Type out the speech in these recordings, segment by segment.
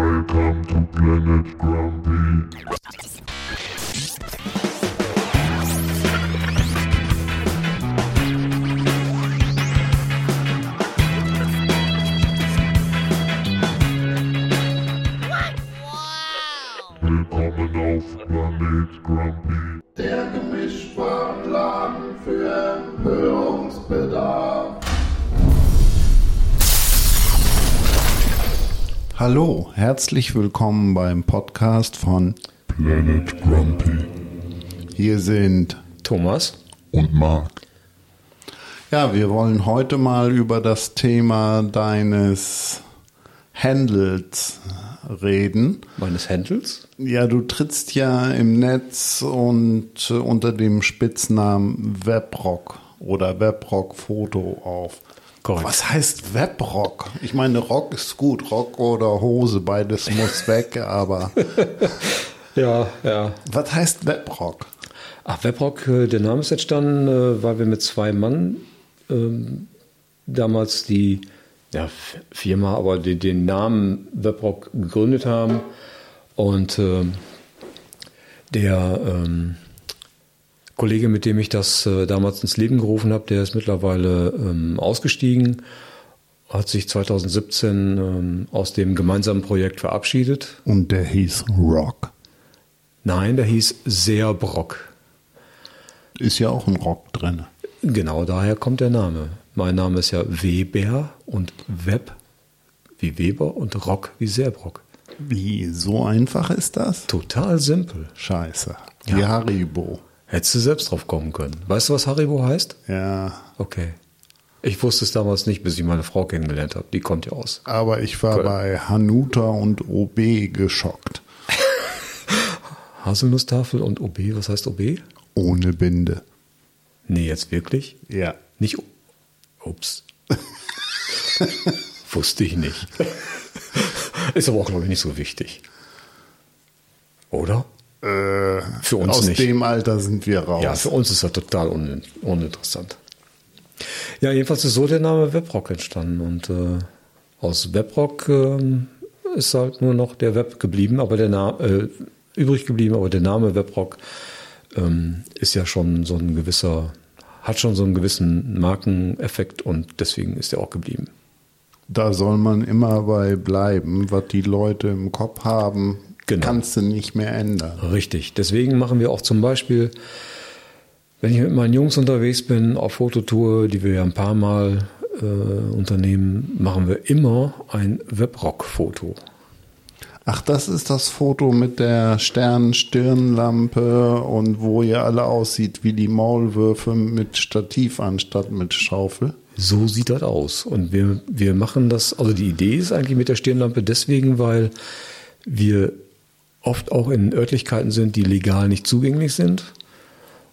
Welcome to Planet Grumpy. Willkommen auf Planet Grumpy. Der Gemischwarenladen für Empörungsbedarf. Hallo, herzlich willkommen beim Podcast von Planet Grumpy. Hier sind. Thomas? Und Mark. Ja, wir wollen heute mal über das Thema deines Handels reden. Meines Händels? Ja, du trittst ja im Netz und äh, unter dem Spitznamen Webrock oder Webrock-Foto auf. Korrekt. Was heißt Webrock? Ich meine, Rock ist gut, Rock oder Hose, beides muss weg, aber Ja, ja. was heißt Webrock? Ach, Webrock, äh, der Name ist entstanden, äh, weil wir mit zwei Mann ähm, damals die ja, F- Firma, aber die, den Namen Webrock gegründet haben. Und ähm, der ähm, Kollege, mit dem ich das äh, damals ins Leben gerufen habe, der ist mittlerweile ähm, ausgestiegen, hat sich 2017 ähm, aus dem gemeinsamen Projekt verabschiedet. Und der hieß Rock. Nein, der hieß Sehr Brock. Ist ja auch ein Rock drin. Genau daher kommt der Name. Mein Name ist ja Weber und Web wie Weber und Rock wie Serbrock. Wie, so einfach ist das? Total simpel. Scheiße. Wie Haribo. Hättest du selbst drauf kommen können. Weißt du, was Haribo heißt? Ja, Okay. Ich wusste es damals nicht, bis ich meine Frau kennengelernt habe. Die kommt ja aus. aber ich war Cool. bei Hanuta und OB geschockt. Haselnusstafel und OB. Was heißt OB? Ohne Binde. Nee, jetzt wirklich? Ja. Nicht. O- Ups. Wusste ich nicht. Ist aber auch, glaube ich, nicht so wichtig. Oder? Äh, Für uns aus nicht. dem Alter sind wir Ja, raus. für uns ist das total unin uninteressant. Ja, jedenfalls ist so der Name Webrock entstanden. Und äh, aus Webrock ähm, ist halt nur noch der Web geblieben, aber der Name äh, übrig geblieben, aber der Name Webrock ähm, ist ja schon so ein gewisser, hat schon so einen gewissen Markeneffekt und deswegen ist er auch geblieben. da soll man immer bei bleiben. Was die Leute im Kopf haben, Genau. kannst du nicht mehr ändern. Richtig. Deswegen machen wir auch zum Beispiel, wenn ich mit meinen Jungs unterwegs bin, auf Fototour, die wir ja ein paar Mal äh, unternehmen, machen wir immer ein Webrock-Foto. Ach, das ist das Foto mit der Stern-Stirnlampe und wo ihr alle aussieht wie die Maulwürfe mit Stativ anstatt mit Schaufel. So sieht das aus. Und wir, wir machen das, also die Idee ist eigentlich mit der Stirnlampe deswegen, weil wir oft auch in Örtlichkeiten sind, die legal nicht zugänglich sind.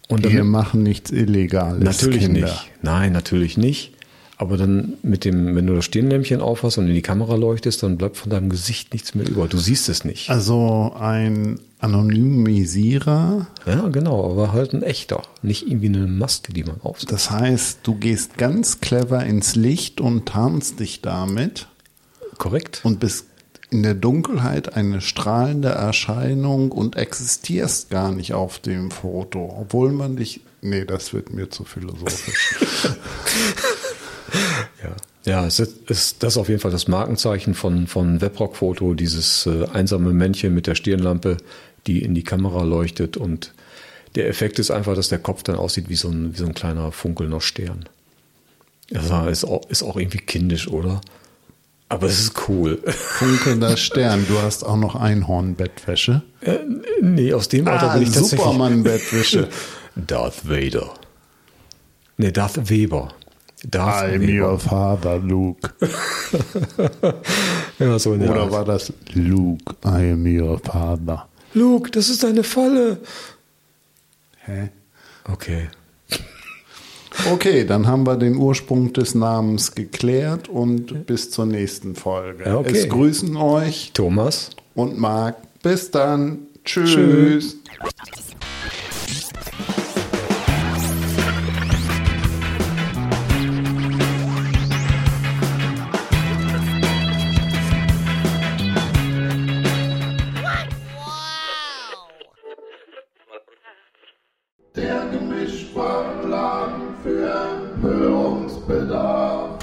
Und Wir damit- machen nichts Illegales. Mhm. Natürlich Kinder. nicht. Nein, natürlich nicht. Aber dann mit dem, wenn du das Stirnlämpchen aufhast und in die Kamera leuchtest, dann bleibt von deinem Gesicht nichts mehr über. Du siehst es nicht. Also ein Anonymisierer, Ja, genau, aber halt ein echter. Nicht irgendwie eine Maske, die man aufsetzt. das heißt, du gehst ganz clever ins Licht und tarnst dich damit Korrekt? und bist in der Dunkelheit eine strahlende Erscheinung und existierst gar nicht auf dem Foto, obwohl man dich. Nee, das wird mir zu philosophisch. Ja. Ja, es ist, ist das ist auf jeden Fall das Markenzeichen von, von Webrock-Foto, dieses äh, einsame Männchen mit der Stirnlampe, die in die Kamera leuchtet. Und der Effekt ist einfach, dass der Kopf dann aussieht wie so ein, wie so ein kleiner funkelnder Stern. Also ist auch, ist auch irgendwie kindisch, oder? Aber es ist cool. Funkelnder Stern, du hast auch noch Einhornbettwäsche. Äh, nee, aus dem Alter Ah, bin ich tatsächlich. Superman-Bettwäsche. Darth Vader. Nee, Darth Weber. Darth I'm your father, Luke. Ja, so in der Oder Art. war das Luke, I am your father? Luke, das ist deine Falle. Hä? Okay. Okay, dann haben wir den Ursprung des Namens geklärt und bis zur nächsten Folge. Ja, okay. Es grüßen euch Thomas? und Marc. Bis dann. Tschüss. Tschüss. der Gemischwarenladen für Empörungsbedarf.